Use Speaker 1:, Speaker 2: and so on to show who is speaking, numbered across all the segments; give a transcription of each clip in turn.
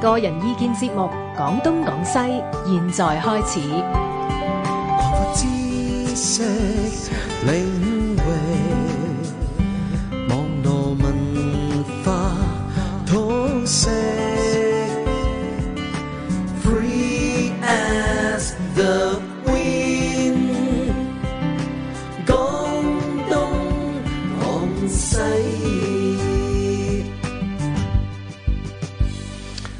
Speaker 1: 個人意見節目《講東講西》，現在開始。
Speaker 2: 擴闊知識領域，網絡文化通識，Free as the wind，講東講西。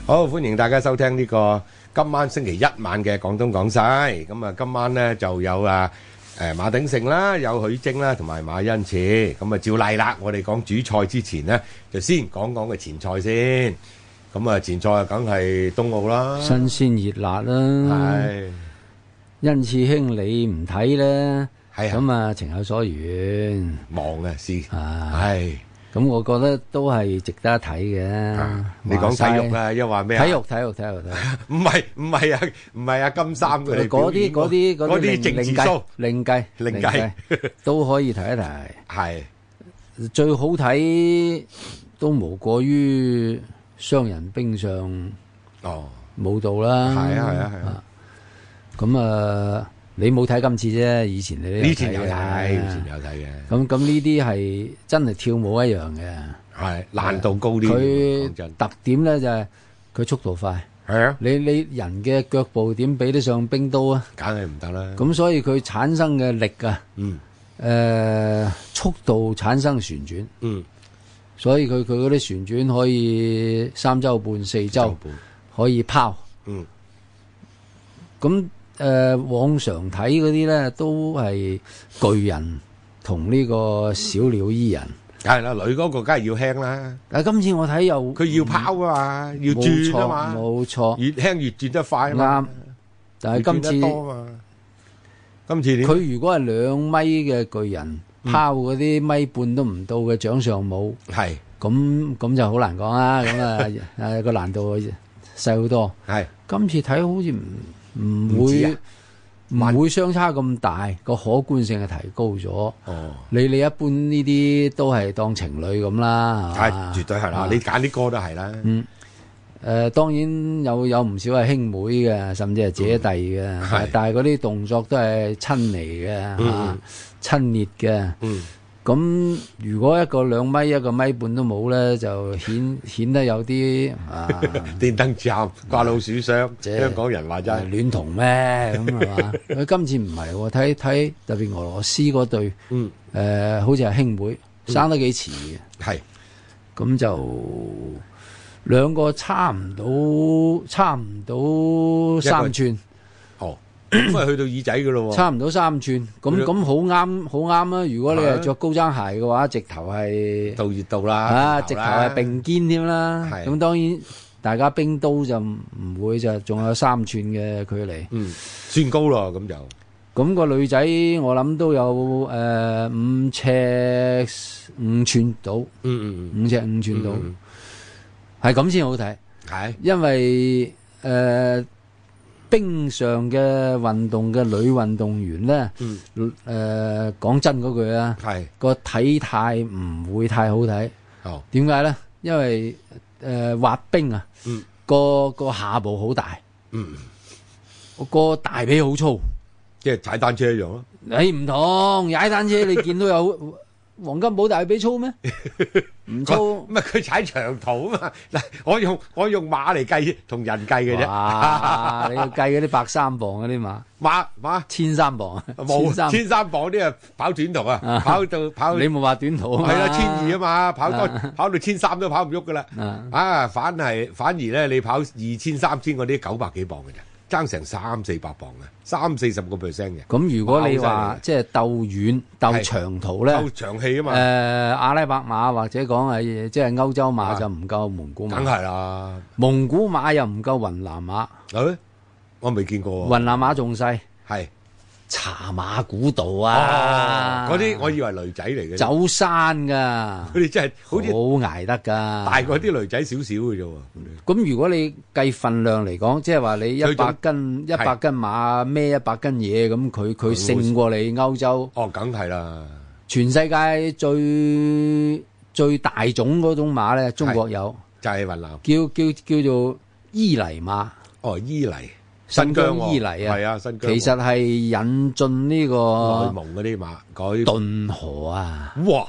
Speaker 3: 好，歡迎大家收聽呢個今晚星期一晚嘅廣東廣西。咁啊，今晚呢就有啊誒馬鼎盛啦，有許晶啦，同埋馬恩賜。咁啊，照例啦，我哋講主菜之前呢，就先講講個前菜先。咁啊，前菜啊，梗係冬奧啦，
Speaker 4: 新鮮熱辣啦，
Speaker 3: 係
Speaker 4: 因此兄你唔睇咧，
Speaker 3: 係啊
Speaker 4: 咁啊情有所原，
Speaker 3: 忙嘅事，
Speaker 4: 啊
Speaker 3: 係
Speaker 4: 咁我覺得都係值得一睇嘅
Speaker 3: 啊。你講體育
Speaker 4: 話
Speaker 3: 啊，又話咩
Speaker 4: 晒，
Speaker 3: 啊？
Speaker 4: 體育體育體 育體
Speaker 3: 唔
Speaker 4: 育，
Speaker 3: 係唔係啊，唔係啊，金三佢哋
Speaker 4: 嗰
Speaker 3: 表演
Speaker 4: 啲嗰啲
Speaker 3: 嗰啲政
Speaker 4: 另
Speaker 3: 治
Speaker 4: 另計
Speaker 3: show
Speaker 4: 另計
Speaker 3: 另
Speaker 4: 另
Speaker 3: 計
Speaker 4: 計都可以睇一睇。
Speaker 3: 係
Speaker 4: 最好睇都無過於雙人冰上
Speaker 3: 哦，
Speaker 4: 舞蹈啦，
Speaker 3: 係啊係啊係啊。
Speaker 4: 咁啊，你冇睇今次啫，以前你都
Speaker 3: 以前有
Speaker 4: 嘅
Speaker 3: 睇，以前有睇嘅。
Speaker 4: 咁咁呢啲係真係跳舞一樣嘅，
Speaker 3: 係難度高啲，講
Speaker 4: 佢
Speaker 3: 真
Speaker 4: 特點咧就係佢速度快，
Speaker 3: 係啊，
Speaker 4: 你你人嘅腳步點比得上冰刀啊？
Speaker 3: 梗係唔得啦。
Speaker 4: 咁所以佢產生嘅力啊，
Speaker 3: 嗯
Speaker 4: 誒、速度產生旋轉，
Speaker 3: 嗯，
Speaker 4: 所以佢佢嗰啲旋轉可以三周半四
Speaker 3: 周
Speaker 4: 周，
Speaker 3: 半
Speaker 4: 可以拋。
Speaker 3: 嗯
Speaker 4: 咁誒、往常睇嗰啲咧都係巨人同呢個小鳥依人，
Speaker 3: 梗係啦，女嗰個梗係要輕啦，
Speaker 4: 但係今次我睇又
Speaker 3: 佢要拋啊嘛，要轉啊嘛，
Speaker 4: 冇錯，
Speaker 3: 越輕越轉得快啊嘛，
Speaker 4: 啱。但係今
Speaker 3: 越轉
Speaker 4: 次
Speaker 3: 得多啊嘛，今次點？
Speaker 4: 佢如果係兩米嘅巨人拋嗰啲米半都唔到嘅掌上舞，
Speaker 3: 係
Speaker 4: 咁咁就好難講 啦。咁啊誒個難度細好多。
Speaker 3: 係
Speaker 4: 今次睇好似唔唔
Speaker 3: 唔知
Speaker 4: 會
Speaker 3: 啊
Speaker 4: 唔會相差咁大，個可觀性係提高咗。
Speaker 3: 哦，
Speaker 4: 你你一般呢啲都係當情侶咁啦，
Speaker 3: 係
Speaker 4: 係嘛
Speaker 3: 絕對係啦
Speaker 4: 啊，
Speaker 3: 你揀啲歌都係啦，
Speaker 4: 誒、呃當然有有唔少係兄妹嘅，甚至係姐弟嘅，
Speaker 3: 嗯係
Speaker 4: 但係嗰啲動作都係親嚟嘅，
Speaker 3: 嗯
Speaker 4: 啊親熱嘅。
Speaker 3: 嗯
Speaker 4: 咁如果一個兩米一個米半都冇咧，就顯顯得有啲 啊
Speaker 3: 電燈罩掛老鼠箱，
Speaker 4: 即係
Speaker 3: 香港人話齋
Speaker 4: 戀童咩咁係 嘛？佢今次唔係喎，睇睇特別俄羅斯嗰對誒、呃
Speaker 3: 嗯
Speaker 4: 好似係兄妹，生得幾遲嘅。
Speaker 3: 係
Speaker 4: 咁就兩個差唔到，差唔到三寸，
Speaker 3: 哦，咁啊去到耳仔噶咯喎，
Speaker 4: 差唔到三寸，
Speaker 3: 佢
Speaker 4: 咁咁好啱，好啱啦！如果你
Speaker 3: 係啊
Speaker 4: 係着高踭鞋嘅話，直頭係
Speaker 3: 到熱到啦，
Speaker 4: 啊，
Speaker 3: 頭
Speaker 4: 直頭
Speaker 3: 啦
Speaker 4: 係並肩添啦。
Speaker 3: 係
Speaker 4: 咁當然大家冰刀就唔唔會就仲有三寸嘅距離。
Speaker 3: 嗯，算高咯，咁就
Speaker 4: 咁個女仔我諗都有誒五尺五寸到，五
Speaker 3: 嗯嗯
Speaker 4: 尺五寸到
Speaker 3: 嗯嗯，
Speaker 4: 係咁先好睇。
Speaker 3: 嗯，係
Speaker 4: 因為誒、呃冰上嘅運動嘅女運動員咧，
Speaker 3: 嗯
Speaker 4: 誒、講真嗰句啊，
Speaker 3: 係
Speaker 4: 個體態唔會太好睇。
Speaker 3: 哦
Speaker 4: 點解咧？因為誒、呃滑冰啊，
Speaker 3: 嗯
Speaker 4: 個個下部好大，
Speaker 3: 嗯。
Speaker 4: 個大髀好粗。
Speaker 3: 即係踩單車一樣咯，
Speaker 4: 你唔同踩單車，你見到有黃金寶大髀粗 咩？唔 粗。
Speaker 3: 咁啊佢踩長途啊嘛，嗱我用我用馬嚟計同人計嘅啫，
Speaker 4: 哇！你要計嗰啲百三磅嗰啲嘛，
Speaker 3: 馬馬
Speaker 4: 千三磅， 千
Speaker 3: 冇啊
Speaker 4: 三
Speaker 3: 千三磅啲啊跑短途啊
Speaker 4: 啊，
Speaker 3: 跑到跑
Speaker 4: 你冇話短途啊？
Speaker 3: 係啦千二啊
Speaker 4: 啊
Speaker 3: 嘛，跑多跑到千三都跑唔喐噶啦，
Speaker 4: 啊
Speaker 3: 啊反係反而咧你跑二千三千嗰啲九百幾磅嘅咋，爭成三四百磅嘅，三四十個 percent 嘅，
Speaker 4: 咁如果你
Speaker 3: 哇
Speaker 4: 話
Speaker 3: 好
Speaker 4: 即係鬥遠鬥長途咧，
Speaker 3: 夠長氣啊
Speaker 4: 誒
Speaker 3: 嘛，
Speaker 4: 阿拉伯馬或者講係即係歐洲
Speaker 3: 啊
Speaker 4: 馬就唔夠蒙古
Speaker 3: 梗
Speaker 4: 馬，
Speaker 3: 係啦，
Speaker 4: 蒙古馬又唔夠雲南馬，
Speaker 3: 誒我未見過喎，
Speaker 4: 雲南馬仲細，
Speaker 3: 係
Speaker 4: 茶馬古道
Speaker 3: 哦
Speaker 4: 啊，
Speaker 3: 嗰啲我以為女仔嚟嘅啫，
Speaker 4: 走山噶，
Speaker 3: 佢哋真係
Speaker 4: 好
Speaker 3: 好似。
Speaker 4: 捱
Speaker 3: 大
Speaker 4: 得噶。
Speaker 3: 過啲女仔少少嘅啫喎，
Speaker 4: 咁如果你計份量嚟講，即係話你一
Speaker 3: 最重
Speaker 4: 百斤一百斤馬孭一百斤嘢，咁佢佢
Speaker 3: 佢好
Speaker 4: 勝過你歐洲。
Speaker 3: 哦，梗係啦，
Speaker 4: 全世界最最大種嗰種馬咧，中國有
Speaker 3: 就係雲南
Speaker 4: 叫叫叫做伊犁馬，
Speaker 3: 哦，伊犁，
Speaker 4: 新
Speaker 3: 疆
Speaker 4: 疆
Speaker 3: 喎
Speaker 4: 伊犁啊，
Speaker 3: 係啊新疆
Speaker 4: 其實係引進呢
Speaker 3: 內
Speaker 4: 個
Speaker 3: 蒙嗰啲馬改，
Speaker 4: 頓河啊。
Speaker 3: 哇，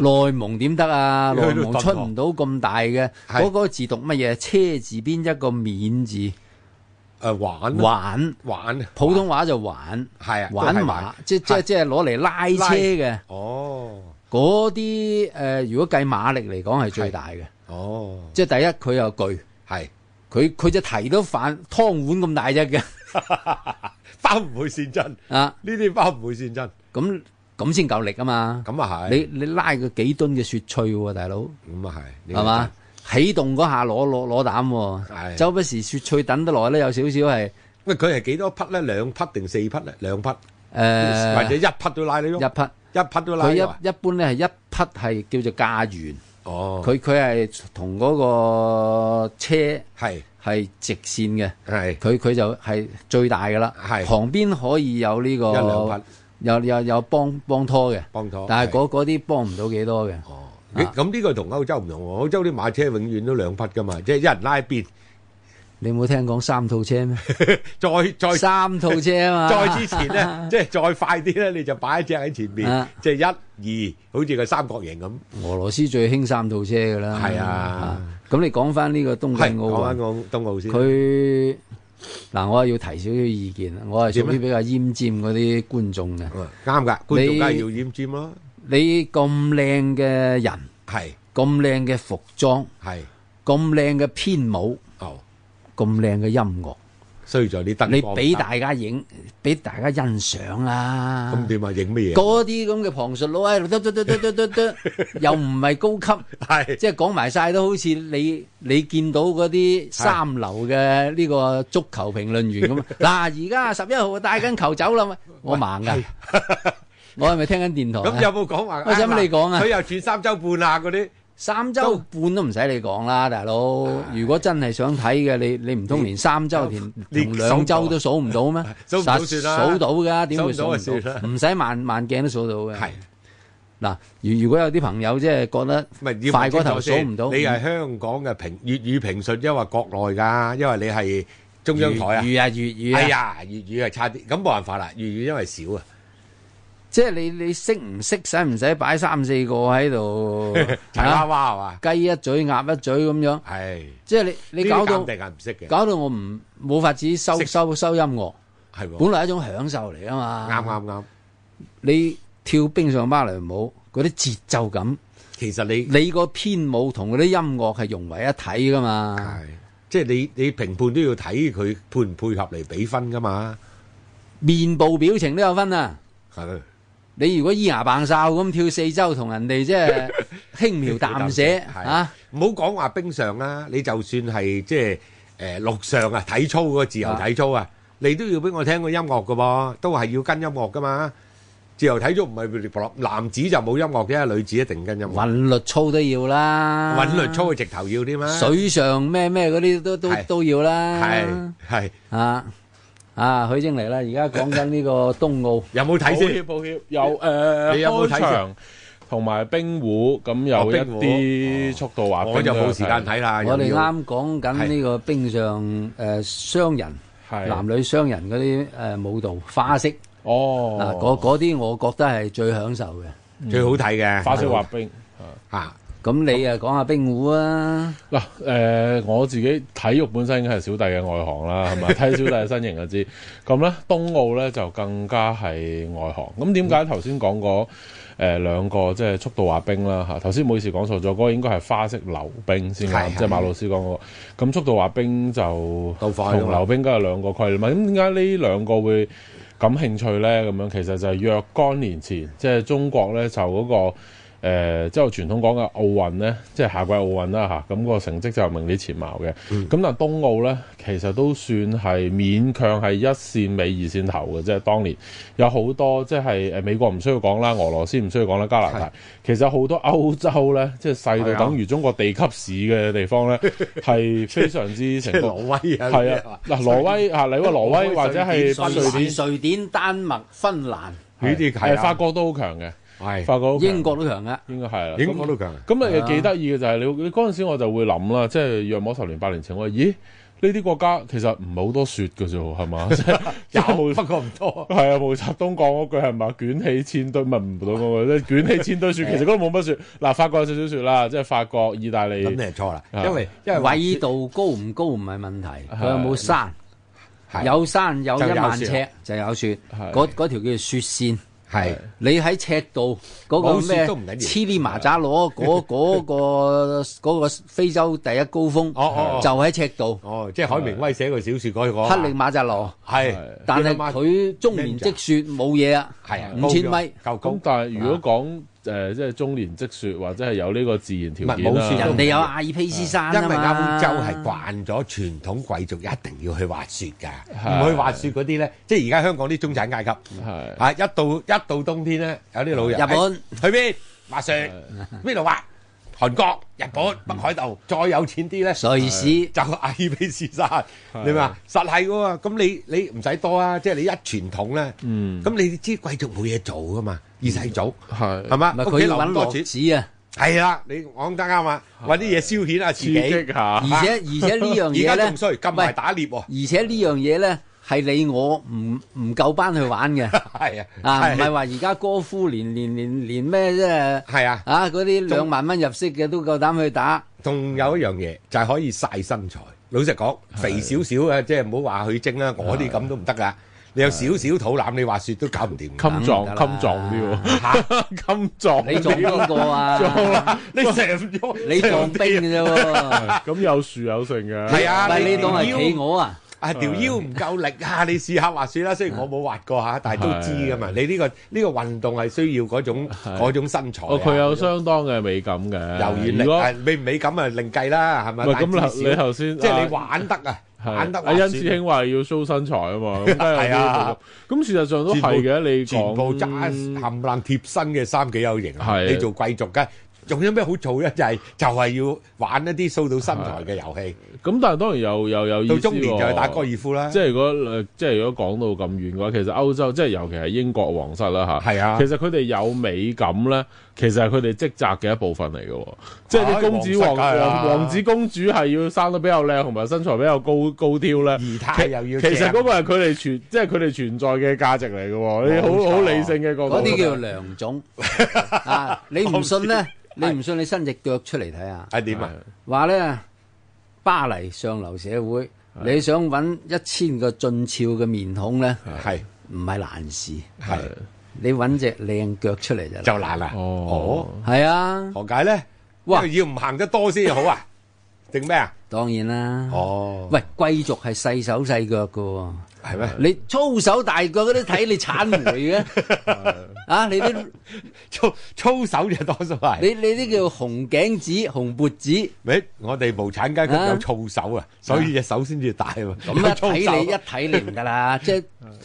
Speaker 4: 內蒙點 得啊？
Speaker 3: 去到
Speaker 4: 內蒙出唔到咁大嘅，
Speaker 3: 係
Speaker 4: 嗰個字讀乜嘢？車字邊一個面字，
Speaker 3: 誒玩玩
Speaker 4: 玩
Speaker 3: 玩，
Speaker 4: 普通話就玩，
Speaker 3: 係啊，
Speaker 4: 玩
Speaker 3: 都係
Speaker 4: 馬，即即
Speaker 3: 係
Speaker 4: 即係攞嚟拉車嘅。
Speaker 3: 哦
Speaker 4: 嗰啲誒，如果計馬力嚟講係最大嘅，
Speaker 3: 哦，
Speaker 4: 即係第一佢又巨，
Speaker 3: 係
Speaker 4: 佢佢隻蹄都反湯碗咁大隻嘅
Speaker 3: 包唔會善真，呢
Speaker 4: 啊，
Speaker 3: 啲包唔會善真，
Speaker 4: 咁咁先夠力啊嘛！
Speaker 3: 咁啊
Speaker 4: 你
Speaker 3: 係，
Speaker 4: 你拉個幾噸嘅雪翠喎，大佬。
Speaker 3: 咁啊係，
Speaker 4: 係嘛？起動嗰下攞攞攞膽喎，
Speaker 3: 係
Speaker 4: 周不時雪翠等得耐咧，有少少係
Speaker 3: 你真係？喂，佢係幾多匹咧？兩匹定四匹咧？兩匹，或者
Speaker 4: 誒
Speaker 3: 一匹都拉你
Speaker 4: 呃一
Speaker 3: 喐，
Speaker 4: 匹，
Speaker 3: 一匹都拉
Speaker 4: 佢
Speaker 3: 你喐啊。
Speaker 4: 一一般咧係一匹係叫做駕辕，
Speaker 3: 哦，
Speaker 4: 佢佢係同嗰個車
Speaker 3: 係
Speaker 4: 係直線嘅，
Speaker 3: 係
Speaker 4: 佢佢就係最大噶啦，
Speaker 3: 係
Speaker 4: 旁邊可以有呢
Speaker 3: 一兩
Speaker 4: 個
Speaker 3: 匹
Speaker 4: 有有有幫幫拖嘅，
Speaker 3: 幫拖，
Speaker 4: 但
Speaker 3: 哦
Speaker 4: 係
Speaker 3: 係
Speaker 4: 嗰嗰啲幫唔到幾多嘅，
Speaker 3: 哦，咦咁呢個同歐洲唔同喎，歐洲啲馬車永遠都兩匹噶嘛，即係一人拉一邊，
Speaker 4: 你冇聽講三套車咩？
Speaker 3: 再 再。
Speaker 4: 三套車啊嘛，
Speaker 3: 再之 前咧，即係再快啲咧，你就擺一隻喺前面
Speaker 4: 啊，
Speaker 3: 即係一二，好似個三角形咁。
Speaker 4: 俄羅斯最興三套車㗎啦，
Speaker 3: 係啊
Speaker 4: 咁你講翻呢個東
Speaker 3: 係
Speaker 4: 京
Speaker 3: 講
Speaker 4: 奧
Speaker 3: 翻
Speaker 4: 運，
Speaker 3: 個東奧先。
Speaker 4: 佢嗱我要提少少意見，我係屬
Speaker 3: 點
Speaker 4: 於比較奄尖嗰啲觀眾嘅。
Speaker 3: 嗯啱㗎，觀眾
Speaker 4: 你
Speaker 3: 梗係要奄尖啦。
Speaker 4: 你咁靚嘅人，咁
Speaker 3: 係
Speaker 4: 靚嘅服裝，
Speaker 3: 係
Speaker 4: 咁靚嘅編舞，
Speaker 3: 哦，
Speaker 4: 咁靚嘅音樂，
Speaker 3: 衰在你燈
Speaker 4: 你
Speaker 3: 光唔
Speaker 4: 俾
Speaker 3: 得
Speaker 4: 大家影，俾大家欣賞啊！
Speaker 3: 咁點啊？影乜嘢？
Speaker 4: 嗰啲咁嘅旁述佬哎喺度嘟嘟嘟嘟嘟嘟嘟， 又唔係高級。
Speaker 3: 係
Speaker 4: 即係講埋晒都好似你你見到嗰啲三流嘅呢個足球評論 員咁啊嗱，而家十一號帶緊球走啦，我盲㗎， 我係咪聽緊電台啊？
Speaker 3: 咁有冇講話？
Speaker 4: 我使乜你講啊
Speaker 3: 佢又轉三週半啦，嗰啲
Speaker 4: 三週半都唔使你講啦，大佬。如果真係想睇嘅，你你唔通連三週連
Speaker 3: 你？
Speaker 4: 連兩週都數唔到咩
Speaker 3: 數唔到算啦
Speaker 4: 實數到㗎，點會
Speaker 3: 數
Speaker 4: 數
Speaker 3: 唔到就
Speaker 4: 唔
Speaker 3: 算啦
Speaker 4: 到？唔使慢慢鏡都數到嘅。
Speaker 3: 係
Speaker 4: 嗱，如如果有啲朋友即係覺得
Speaker 3: 咪要
Speaker 4: 快過
Speaker 3: 問清
Speaker 4: 頭
Speaker 3: 楚
Speaker 4: 數
Speaker 3: 先
Speaker 4: 唔到，
Speaker 3: 你係香港嘅評粵語評述，因為國內㗎，因為你係中央台啊。
Speaker 4: 粵語啊，粵語啊
Speaker 3: 哎。呀，粵語係差啲，咁冇辦法啦，粵語因為少 啊。
Speaker 4: 即係你你識唔識使唔使擺三四個喺 度
Speaker 3: 柴娃娃係嘛？
Speaker 4: 啊雞一嘴鴨一嘴咁樣，
Speaker 3: 係
Speaker 4: 即係你你搞到
Speaker 3: 定係唔識嘅，
Speaker 4: 搞到我唔冇法子收
Speaker 3: 識
Speaker 4: 收收音樂，
Speaker 3: 係喎，
Speaker 4: 本來係一種享受嚟啊嘛。
Speaker 3: 啱啱啱。
Speaker 4: 你跳冰上芭蕾舞嗰啲節奏感，
Speaker 3: 其實你
Speaker 4: 你個編舞同嗰啲音樂係融為一體噶嘛。
Speaker 3: 係即係你你評判都要睇佢配唔配合嚟俾分噶嘛。
Speaker 4: 面部表情都有分啊！
Speaker 3: 係
Speaker 4: 你如果咿牙扮哨咁跳四周，同人哋即係輕描淡寫
Speaker 3: 係
Speaker 4: 啊！
Speaker 3: 唔好講話冰上啦，你就算係即係誒陸上啊，體操嗰個自由體操啊，你都要俾我聽個音樂噶噃，都係要跟音樂噶嘛。自由體操唔係男子就冇音樂嘅，女子一定跟音樂。
Speaker 4: 韻律操都要啦，
Speaker 3: 韻律操嘅直頭要啲嘛。
Speaker 4: 水上咩咩嗰啲都都
Speaker 3: 係
Speaker 4: 都要啦。
Speaker 3: 係係
Speaker 4: 啊啊，許晶嚟啦！而家講緊呢個東奧
Speaker 3: 有冇睇先？
Speaker 5: 保險有誒，
Speaker 3: 你有冇睇
Speaker 5: 開
Speaker 3: 場
Speaker 5: 場同埋冰壺咁
Speaker 3: 哦
Speaker 5: 有
Speaker 3: 冰壺
Speaker 5: 一啲速度滑冰
Speaker 3: 我就冇時間
Speaker 5: 睇，
Speaker 3: 睇啦。
Speaker 4: 我哋
Speaker 3: 又要
Speaker 4: 啱講緊呢個冰上誒雙人
Speaker 5: 係
Speaker 4: 男女雙人嗰啲誒舞蹈花式
Speaker 5: 哦，
Speaker 4: 啊，嗰嗰啲我覺得係最享受嘅。
Speaker 3: 最好睇嘅
Speaker 5: 花式滑冰。
Speaker 3: 嚇，
Speaker 4: 咁你啊講下冰壺啊，
Speaker 5: 嗱，誒、呃我自己體育本身已經係小弟嘅外行啦，係咪？睇小弟嘅身形就知。咁咧，東奧咧就更加係外行。咁點解頭先講過誒、兩個即係速度滑冰啦嚇？頭先唔好意思講錯咗，嗰、個應該係花式溜冰先
Speaker 3: 係
Speaker 5: 啱，
Speaker 3: 係
Speaker 5: 即係馬老師講嗰、個。咁速度滑冰就
Speaker 3: 鬥快啊嘛
Speaker 5: 同溜冰梗係兩個規律嘛。咁點解呢兩個會感興趣咧？咁樣其實就係若干年前，即係中國咧就嗰、個。誒、即係我傳統講嘅奧運呢，即係夏季奧運啦嚇，咁、個成績就名列前茅嘅。咁、
Speaker 3: 嗯
Speaker 5: 但係東奧呢，其實都算係勉強係一線尾二線頭嘅啫。當年有好多即係誒美國唔需要講啦，俄羅斯唔需要講啦，加拿
Speaker 3: 係
Speaker 5: 大其實有好多歐洲呢，即係
Speaker 3: 係
Speaker 5: 細
Speaker 3: 啊
Speaker 5: 到等於中國地級市嘅地 方呢，係非常之
Speaker 3: 即
Speaker 5: 成
Speaker 3: 係挪
Speaker 5: 功。
Speaker 3: 威啊，
Speaker 5: 係啊，嗱，挪威啊，你話挪威或者
Speaker 3: 瑞典
Speaker 5: 係
Speaker 3: 瑞
Speaker 5: 瑞典
Speaker 4: 瑞典、丹麥、芬蘭、
Speaker 3: 呢啲係
Speaker 5: 誒
Speaker 3: 啊
Speaker 5: 法國都好強嘅，
Speaker 3: 係
Speaker 5: 法國好強
Speaker 4: 英國都強噶，
Speaker 5: 應該係啦，
Speaker 3: 英國都強啊，
Speaker 5: 咁咪
Speaker 4: 啊
Speaker 5: 幾得意嘅就係你你嗰陣時我就會諗啦，即係約摸十年八年前，我話咦呢啲國家其實唔係好多雪嘅啫喎，係嘛？即係即係
Speaker 3: 有
Speaker 5: 冇
Speaker 3: 不過唔多。
Speaker 5: 係啊，毛澤東講嗰句係咪捲起千堆，唔係唔到嗰句，即係捲起千 堆雪，其實嗰度冇乜雪。嗱，法國有少少雪啦，即係法國、意大利
Speaker 3: 咁你係錯啦，
Speaker 5: 啊
Speaker 3: 因為因為
Speaker 4: 緯度高唔高唔係問題，佢有冇山？
Speaker 3: 係
Speaker 4: 有山有
Speaker 3: 就有
Speaker 4: 一萬
Speaker 3: 雪
Speaker 4: 尺就有雪，
Speaker 5: 係
Speaker 4: 嗰嗰條叫做雪線。
Speaker 3: 係
Speaker 4: 你喺赤道嗰個
Speaker 3: 冇雪
Speaker 4: 咩
Speaker 3: 都唔緊要
Speaker 4: 黐啲麻渣攞嗰嗰個嗰個非洲第一高峰，
Speaker 3: 哦哦哦
Speaker 4: 就喺赤道，
Speaker 3: 哦，即係海明威寫個小説嗰個
Speaker 4: 克力馬扎羅。
Speaker 3: 係，
Speaker 4: 但
Speaker 3: 你
Speaker 4: 係
Speaker 3: 諗下
Speaker 4: 佢中年積雪冇嘢啊，
Speaker 3: 係啊，
Speaker 4: 五千米。
Speaker 3: 夠高
Speaker 5: 咁，但係如果
Speaker 3: 啊
Speaker 5: 講誒即係中年積雪或者係有呢個自然條件
Speaker 3: 唔係冇雪
Speaker 5: 啦
Speaker 3: 都
Speaker 4: 人，哋有阿爾卑斯山啊
Speaker 3: 因為歐
Speaker 4: 嘛
Speaker 3: 洲係慣咗傳統貴族一定要去滑雪㗎，
Speaker 5: 係
Speaker 3: 唔去滑雪嗰啲咧，即係而家香港啲中產階級
Speaker 5: 係
Speaker 3: 啊，一到一到冬天咧，有啲老人
Speaker 4: 日本
Speaker 3: 去邊滑雪，邊度滑？韓國、日本、北海道，再有錢啲咧。
Speaker 4: 瑞士
Speaker 3: 就阿爾卑斯山，
Speaker 5: 係
Speaker 3: 你話實係喎，咁你你唔使多啊，即係你一傳統咧，
Speaker 5: 嗯
Speaker 3: 咁你知貴族冇嘢做噶嘛，二世祖係
Speaker 5: 係
Speaker 3: 嘛，
Speaker 4: 咪
Speaker 3: 屋
Speaker 4: 嗯佢
Speaker 3: 企
Speaker 4: 要
Speaker 3: 留
Speaker 4: 揾
Speaker 3: 咁哦多
Speaker 4: 落
Speaker 3: 錢，
Speaker 4: 子啊！
Speaker 3: 係啦，你講得啱啊，揾啲嘢消遣下自
Speaker 5: 刺
Speaker 3: 己，
Speaker 5: 激下
Speaker 4: 而且而且呢樣
Speaker 3: 而
Speaker 4: 嘢
Speaker 3: 家
Speaker 4: 咧，
Speaker 3: 仲衰，撳埋
Speaker 4: 喂
Speaker 3: 打獵喎，
Speaker 4: 而且呢樣嘢咧係你我唔唔夠班去玩嘅
Speaker 3: 係啊，
Speaker 4: 啊，唔係話而家歌夫連連連連咩即係
Speaker 3: 係啊，
Speaker 4: 啊嗰啲
Speaker 3: 仲
Speaker 4: 兩萬蚊入息嘅都夠膽去打，
Speaker 3: 仲有一樣嘢就係可以晒身材。老實講，肥少少啊，即係唔好話佢精啦，我啲咁都唔得噶。你有少少肚腩，你滑雪都搞唔掂㗎。
Speaker 5: 襟撞
Speaker 4: 梗㗎啦
Speaker 5: 襟撞
Speaker 3: 嚇
Speaker 5: 啲喎，襟撞
Speaker 4: 你撞邊個啊？
Speaker 5: 撞啦， 你成
Speaker 4: 你撞冰嘅啫喎，
Speaker 5: 咁有樹有剩嘅，
Speaker 3: 係啊，
Speaker 4: 喂你當係
Speaker 3: 條
Speaker 4: 企
Speaker 3: 腰
Speaker 4: 鵝啊？
Speaker 3: 啊條腰唔夠力啊！你試下滑雪啦，雖然我冇滑過嚇，但係都知㗎嘛。你呢個呢個運動係需要嗰種嗰種身材啊。
Speaker 5: 哦，佢有相當嘅美感嘅，
Speaker 3: 柔軟
Speaker 5: 如
Speaker 3: 力
Speaker 5: 果
Speaker 3: 啊，美唔美感啊另計啦，係咪？
Speaker 5: 喂
Speaker 3: 但
Speaker 5: 咁啦
Speaker 3: 至
Speaker 5: 你
Speaker 3: 少
Speaker 5: 頭先
Speaker 3: 即係
Speaker 5: 啊
Speaker 3: 你玩得啊，
Speaker 5: 係
Speaker 3: 玩得
Speaker 5: 阿
Speaker 3: 滑
Speaker 5: 欣
Speaker 3: 雪
Speaker 5: 師兄話要 show 身材啊 嘛，咁梗係
Speaker 3: 係啊
Speaker 5: 有啲咁事實上都係嘅，你講嗯
Speaker 3: 全部揸冚唪唥貼身嘅衫幾有型啊！
Speaker 5: 係
Speaker 3: 你做貴族嘅，仲有咩好做咧？就係就係要玩一啲掃到身材嘅遊戲，
Speaker 5: 咁，但係當然又又有意思
Speaker 3: 到中年就
Speaker 5: 係
Speaker 3: 係打高爾夫啦
Speaker 5: 即。係如果誒即係如果講到咁遠嘅話，其實歐洲即係尤其係英國皇室啦嚇，
Speaker 3: 係啊
Speaker 5: 其實佢哋有美感咧，其實係佢哋職責嘅一部分嚟嘅喎。即係
Speaker 3: 唉
Speaker 5: 啲公主
Speaker 3: 皇室梗
Speaker 5: 皇
Speaker 3: 係啦
Speaker 5: 皇王子公主係要生得比較靚，同埋身材比較高高挑咧。
Speaker 3: 儀態又要
Speaker 5: 其實
Speaker 3: 正
Speaker 5: 嗰個係佢哋存，即係佢哋存在嘅價值嚟嘅喎。你
Speaker 3: 冇錯
Speaker 5: 好好理性嘅角度，
Speaker 4: 嗰啲叫梁 種啊！你唔信咧？你唔信你伸只腳出嚟睇下，
Speaker 3: 係點啊？
Speaker 4: 話咧巴黎上流社會，你想揾一千個俊俏嘅面孔咧，
Speaker 3: 係
Speaker 4: 唔係難事，
Speaker 3: 係
Speaker 4: 你揾只靚腳出嚟就
Speaker 3: 就難啦。
Speaker 5: 哦
Speaker 3: 哦，
Speaker 4: 係啊，
Speaker 3: 何解咧？
Speaker 4: 哇
Speaker 3: 因為要唔行得多先好啊？定咩啊？
Speaker 4: 當然啦。
Speaker 3: 哦，
Speaker 4: 喂，貴族係細手細腳嘅喎。
Speaker 3: 係咩？
Speaker 4: 你粗手大腳嗰啲睇你鏟梅嘅，啊！你啲
Speaker 3: 粗粗手就多數係。
Speaker 4: 你你啲叫紅頸子、紅脖子，
Speaker 3: 喂，我哋無產階級
Speaker 4: 啊
Speaker 3: 有粗手啊，所以隻手先至大喎。
Speaker 4: 咁
Speaker 3: 粗
Speaker 4: 一
Speaker 3: 手
Speaker 4: 睇你一睇你唔得啦，即係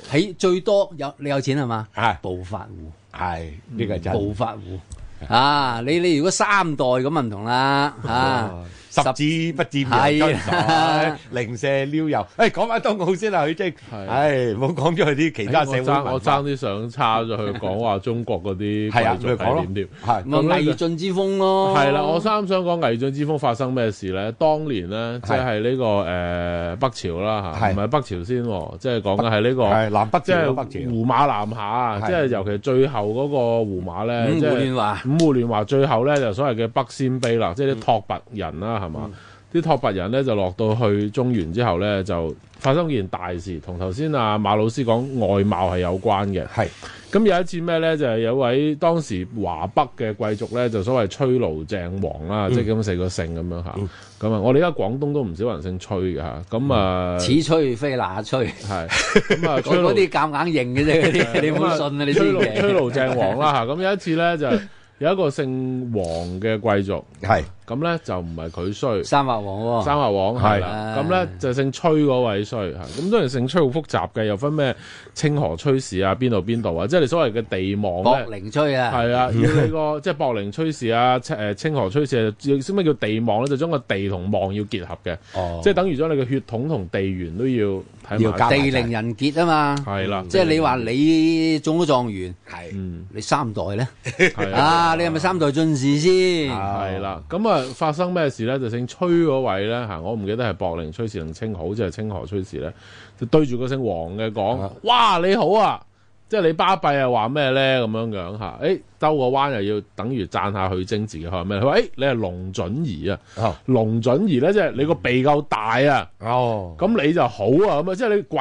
Speaker 4: 睇最多有你有錢係嘛？
Speaker 3: 係
Speaker 4: 暴發户，
Speaker 3: 係呢個真
Speaker 4: 暴發户啊！你你如果三代咁啊唔同啦，啊！
Speaker 3: 十指不沾
Speaker 4: 係
Speaker 3: 陽春
Speaker 4: 啦
Speaker 3: 水，零舍撩油。誒，講翻東澳先啦，許晶。
Speaker 5: 係
Speaker 3: 唉，冇講咗佢啲其他社會
Speaker 5: 哎我爭
Speaker 3: 文化
Speaker 5: 我爭啲想叉咗去講話中國嗰啲
Speaker 3: 係啊
Speaker 5: 貴，族
Speaker 3: 咪講
Speaker 5: 係
Speaker 3: 咯
Speaker 5: 點添。。
Speaker 3: 係
Speaker 4: 咪
Speaker 5: 咁咧
Speaker 4: 魏晉之風
Speaker 3: 哦
Speaker 4: 咯，
Speaker 5: 係啦，我三想講魏晉之風發生咩事咧？當年咧，即係呢個誒北朝啦嚇，
Speaker 3: 係
Speaker 5: 唔係北朝先喎，即係講緊係呢個
Speaker 3: 係南北
Speaker 5: 即
Speaker 3: 朝啊，北
Speaker 5: 係
Speaker 3: 朝。
Speaker 5: 胡馬南下啊，
Speaker 3: 係
Speaker 5: 即係尤其最後嗰個胡馬咧，
Speaker 4: 五
Speaker 5: 即
Speaker 4: 嗯胡
Speaker 5: 係
Speaker 4: 亂華，
Speaker 5: 五胡亂華最後咧就所謂嘅北鮮卑啦，即係啲
Speaker 4: 嗯
Speaker 5: 拓跋人啦，係嘛？啲拓跋人咧就落到去中原之後咧，就發生件大事，同頭先啊馬老師講外貌係有關嘅。
Speaker 3: 係
Speaker 5: 咁有一次咩咧，就係、有位當時華北嘅貴族咧，就所謂崔盧鄭王啦，
Speaker 4: 嗯
Speaker 5: 即係咁四個姓咁樣嚇。咁啊、我哋而家廣東都唔少人姓崔嘅嚇。咁啊，
Speaker 4: 此吹非那吹，
Speaker 5: 係咁啊，崔
Speaker 4: 嗰
Speaker 5: 盧
Speaker 4: 啲夾硬認嘅啫，嗰啲你唔好信啊！你
Speaker 5: 崔
Speaker 4: 千
Speaker 5: 盧崔
Speaker 4: 祈。
Speaker 5: 盧鄭王啦嚇。咁有一次咧，就有一個姓王嘅貴族，
Speaker 3: 係
Speaker 5: 咁咧就唔係佢衰，
Speaker 4: 三畫王喎，
Speaker 5: 三亞王係
Speaker 4: 哦係
Speaker 5: 啦，
Speaker 4: 啊
Speaker 5: 咁咧就姓崔嗰位衰，係咁當然姓崔好複雜嘅，又分咩清河崔氏啊，邊度邊度啊，即係你所謂嘅地
Speaker 4: 博
Speaker 5: 望咧。
Speaker 4: 靈吹啊，
Speaker 5: 係啊，要你個 即係博靈崔氏啊，清誒清河崔氏啊，要識咩叫地望咧？就將個地同望要結合嘅，
Speaker 3: 哦
Speaker 5: 即係等於將你嘅血統同地緣都要睇
Speaker 3: 要
Speaker 5: 埋
Speaker 3: 夾
Speaker 4: 地靈人傑啊嘛，
Speaker 5: 係啦，
Speaker 4: 即係你話你中咗狀元，
Speaker 3: 係
Speaker 5: 嗯
Speaker 4: 你三代咧，
Speaker 5: 係
Speaker 4: 啊，你係咪三代進士先？
Speaker 5: 係啦，咁啊發生咩事咧？就姓崔嗰位咧嚇，我唔記得係博靈崔氏定清好，即係清河崔氏咧，就對住個姓黃嘅講
Speaker 3: 啊：，
Speaker 5: 哇你好啊！即係你巴閉啊，話咩咧咁樣樣嚇？誒、兜個彎又要等於讚下許晶自己係咩？佢話：誒、你係龍準兒啊！
Speaker 3: 哦
Speaker 5: 龍準兒咧，即係你個鼻夠大啊，
Speaker 3: 哦。
Speaker 5: 咁你就好啊咁啊！即係你鬼